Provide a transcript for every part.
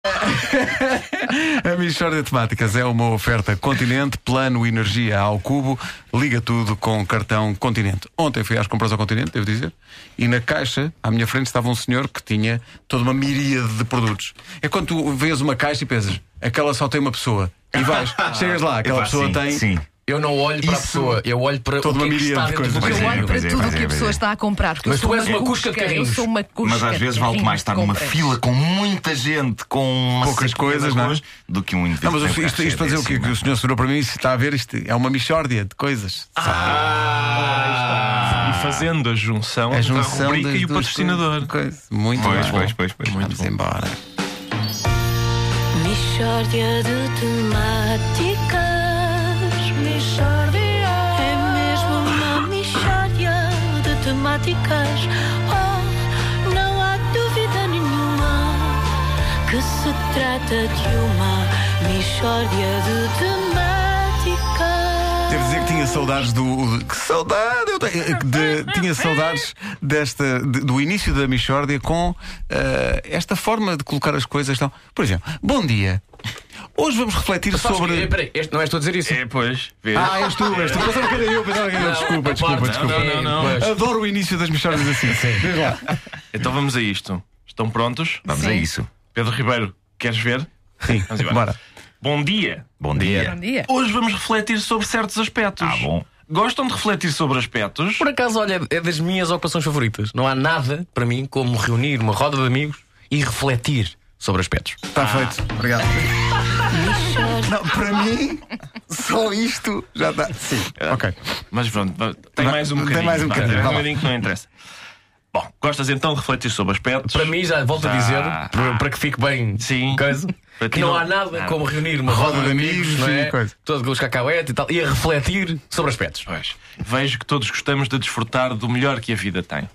A Michórdia de Temáticas é uma oferta Continente, Plano Energia ao Cubo, liga tudo com cartão Continente. Ontem fui às compras ao Continente, devo dizer, e na caixa, à minha frente, estava um senhor que tinha toda uma miríade de produtos. É quando tu vês uma caixa e pensas, aquela só tem uma pessoa. E vais, chegas lá, aquela vá, pessoa É sim, tem sim. Eu não olho para a Isso- pessoa, eu olho para Toda o que, uma é que miríade está de dentro do coisas. meu Pois é, Eu olho para pois é, tudo pois o que é, a pois é. pessoa está a comprar. Porque Mas eu sou tu és uma uma cusca Eu carris. sou uma cusca Mas às vezes vale carris mais estar numa de compras. fila com muita gente, com uma Poucas série de pequenas coisas, não é? do que um Não, indivíduo. mas que isto, tem isto, um cachê isto para dizer o desse, que, que não é? o senhor segurou para mim, se está a ver, isto é uma Michórdia de coisas. Ah, E fazendo a junção, a junção da rubrica das e o duas patrocinador. coisas. Muito Pois, bem. pois, pois, pois. Vamos embora. Mishória de temáticas Mishória É mesmo uma mishória de temáticas Oh, não há dúvida nenhuma Que se trata de uma mishória de temáticas Devo dizer que tinha saudades do. Que saudade! Eu tenho, eh, de- tinha saudades desta, de- do início da Michórdia com eh, esta forma de colocar as coisas. Então, por exemplo, bom dia. Hoje vamos refletir Sabes que- é sobre. Peraí, este não és tu a dizer isso. É, pois. vê. Ah, és tu, és tu. Pensava que era eu, pensava que era eu. Não, Desculpa, a desculpa, parte- desculpa. não, não, não. Pois. Adoro o início das Michórdias assim. Vê lá. Então vamos a isto. Estão prontos? Vamos a isso. Pedro Ribeiro, queres ver? Sim, Vamos embora. bora. Bom dia. Bom dia. Bom dia. Hoje vamos refletir sobre certos aspectos. Ah, bom. Gostam de refletir sobre aspectos? Por acaso, olha, é das minhas ocupações favoritas. Não há nada para mim como reunir uma roda de amigos e refletir sobre aspectos. Está tá feito. Obrigado. Não, para mim, só isto já está. Sim. Ok. Mas pronto, va- tem Vai- mais um tem bocadinho. mais um Vai, bocadinho, tem vá um lá. bocadinho que não interessa. Bom, gostas então de refletir sobre aspectos? Para mim, já volto a dizer, Ah. para, para que fique bem Sim. coisa, Para ti que não não- há nada nada. como reunir uma roda, de amigos, não sim, é? coisa. todo com os cacahuete e tal, e a refletir sobre aspectos. Pois, vejo que todos gostamos de desfrutar do melhor que a vida tem.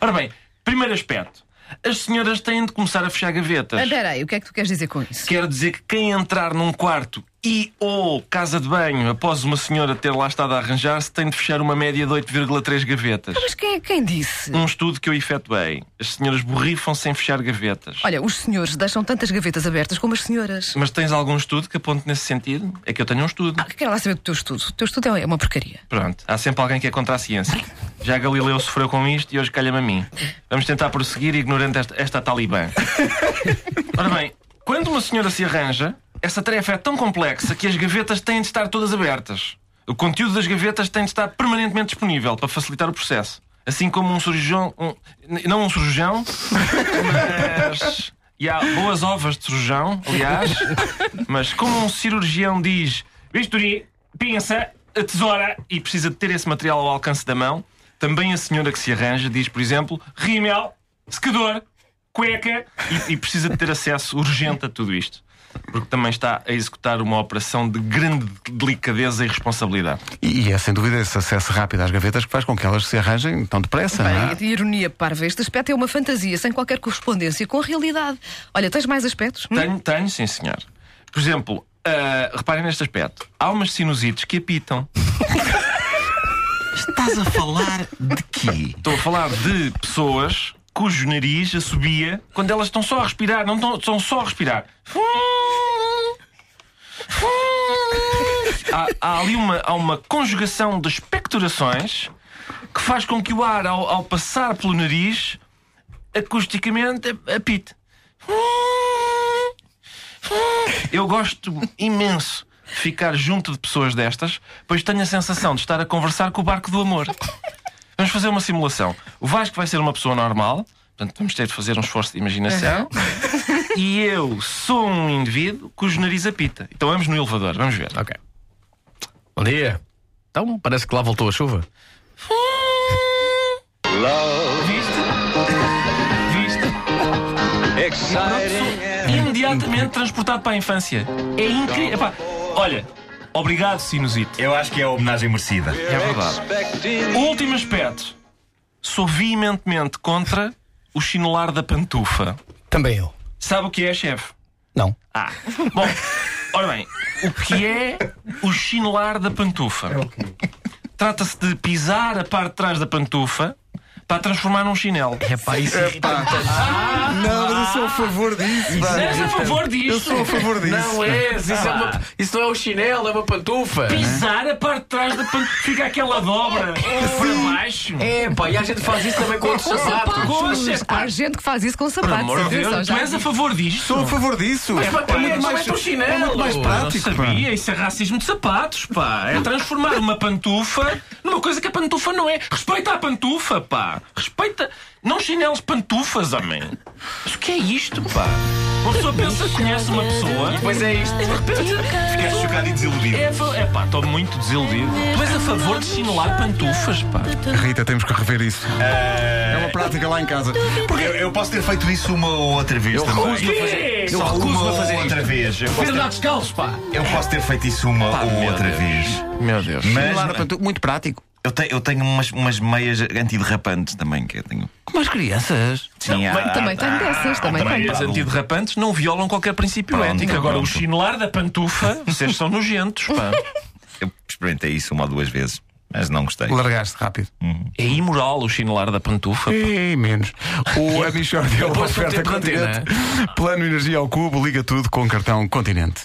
Ora bem, primeiro aspecto. As senhoras têm de começar a fechar Ah, gavetas. Espera aí, o que é que tu queres dizer com isso? Quer dizer que quem entrar num quarto e ou casa de banho após uma senhora ter lá estado a arranjar-se tem de fechar uma média de 8,3 gavetas. Mas quem, quem disse? Um estudo que eu efetuei. As senhoras borrifam sem fechar gavetas. Olha, os senhores deixam tantas gavetas abertas como as senhoras. Mas tens algum estudo que aponte nesse sentido? É que eu tenho um estudo. Ah, quero lá saber do teu estudo. O teu estudo é uma porcaria. Pronto, há sempre alguém que é contra a ciência. Já Galileu sofreu com isto e hoje calha-me a mim. Vamos tentar prosseguir ignorando esta, esta talibã. Ora bem, quando uma senhora se arranja, essa tarefa é tão complexa que as gavetas têm de estar todas abertas. O conteúdo das gavetas tem de estar permanentemente disponível para facilitar o processo. Assim como um cirurgião. um- n- não um cirurgião, mas. E há boas ovas de cirurgião, aliás. Mas como um cirurgião diz bisturi, pinça, a tesoura e precisa de ter esse material ao alcance da mão, também a senhora que se arranja diz, por exemplo, rímel, secador, cueca e, e precisa de ter acesso urgente a tudo isto. Porque também está a executar uma operação de grande delicadeza e responsabilidade. E, e é sem dúvida esse acesso rápido às gavetas que faz com que elas se arranjem tão depressa, não Bem, é? de ironia parva, este aspecto é uma fantasia sem qualquer correspondência com a realidade. Olha, tens mais aspectos? Hum? Tenho, tenho, sim, senhor. Por exemplo, ah, reparem neste aspecto. Há umas sinusites que apitam. Estás a falar de quê? Estou a falar de pessoas cujo nariz assobia quando elas estão só a respirar, não estão, estão só a respirar. Há, há ali uma, há uma conjugação de expectorações que faz com que o ar, ao, ao passar pelo nariz, acusticamente apite. Eu gosto imenso de ficar junto de pessoas destas, pois tenho a sensação de estar a conversar com o barco do amor. Vamos fazer uma simulação. O Vasco vai ser uma pessoa normal, portanto, vamos ter de fazer um esforço de imaginação. E eu sou um indivíduo cujo nariz apita. Então vamos no elevador, vamos ver. Ok. Bom dia. Então, parece que lá voltou a chuva. Viste? Viste? Exciting. Imediatamente transportado para a infância. É incrível. Epá, Olha, obrigado, Sinusite. Eu acho que é a homenagem merecida. É verdade. Último aspecto. Sou veementemente contra o chinelar da pantufa. Também eu. Sabe o que é, chefe? Não. Ah, bom, ora bem, o que é o É chinelar da pantufa? Trata-se de pisar a parte de trás da pantufa Está a transformar num chinelo. É pá, isso irrita-me tanto. Não, mas eu sou a favor disso. pá. é és a favor disto? Eu sou a favor disso. Ah. Não és, isso, é uma- isso não é um chinelo, é uma pantufa. Pisar a parte de trás da pan- fica aquela É, dobra para baixo. É pá, e a gente faz isso também com outros sapatos. Coxa, pá. Há gente que faz isso com Por sapatos. amor de atenção, Deus, já tu és a favor disto? Sou a favor disso. Mas para quê? Só mete um é muito chinelo. mais prático. Não pá. sabia, isso é racismo de sapatos, pá. É transformar uma pantufa numa coisa que a pantufa não é. Respeita a pantufa, pá. Respeita. Não chinelos, pantufas, homem. Mas o que é isto, pá? Uma pessoa pensa que conhece uma pessoa. Pois é isto. Ficaste chocado e desiludido. É, fa- é pá, estou muito desiludido. Tu és a favor de chinelar pantufas, pá. Rita, temos que rever isso. É uma prática lá em casa. Porque eu, eu posso ter feito isso uma ou outra vez também. recuso-me a fazer- eu Só recuso-me uma a fazer ou outra vez. Eu posso, Pedro ter, dá descalço, pá. eu posso ter feito isso uma ou outra vez. Meu Deus. Mas Claro, portanto, muito prático. eu, te- eu tenho umas, umas meias antiderrapantes também que eu tenho. Como as crianças. Sim, há- bem, também há- tenho há- dessas, há- também há- tenho. Os antiderrapantes não violam qualquer princípio Pronto, ético. Agora, pronto. o chinelar da pantufa, vocês são nojentos, pá. Eu experimentei isso uma ou duas vezes, mas não gostei. Largaste rápido. É imoral o chinelar da pantufa. pá. E menos. O A Michórdia é uma posso oferta ter plantio, continente. Plano Energia ao Cubo, liga tudo com o cartão Continente.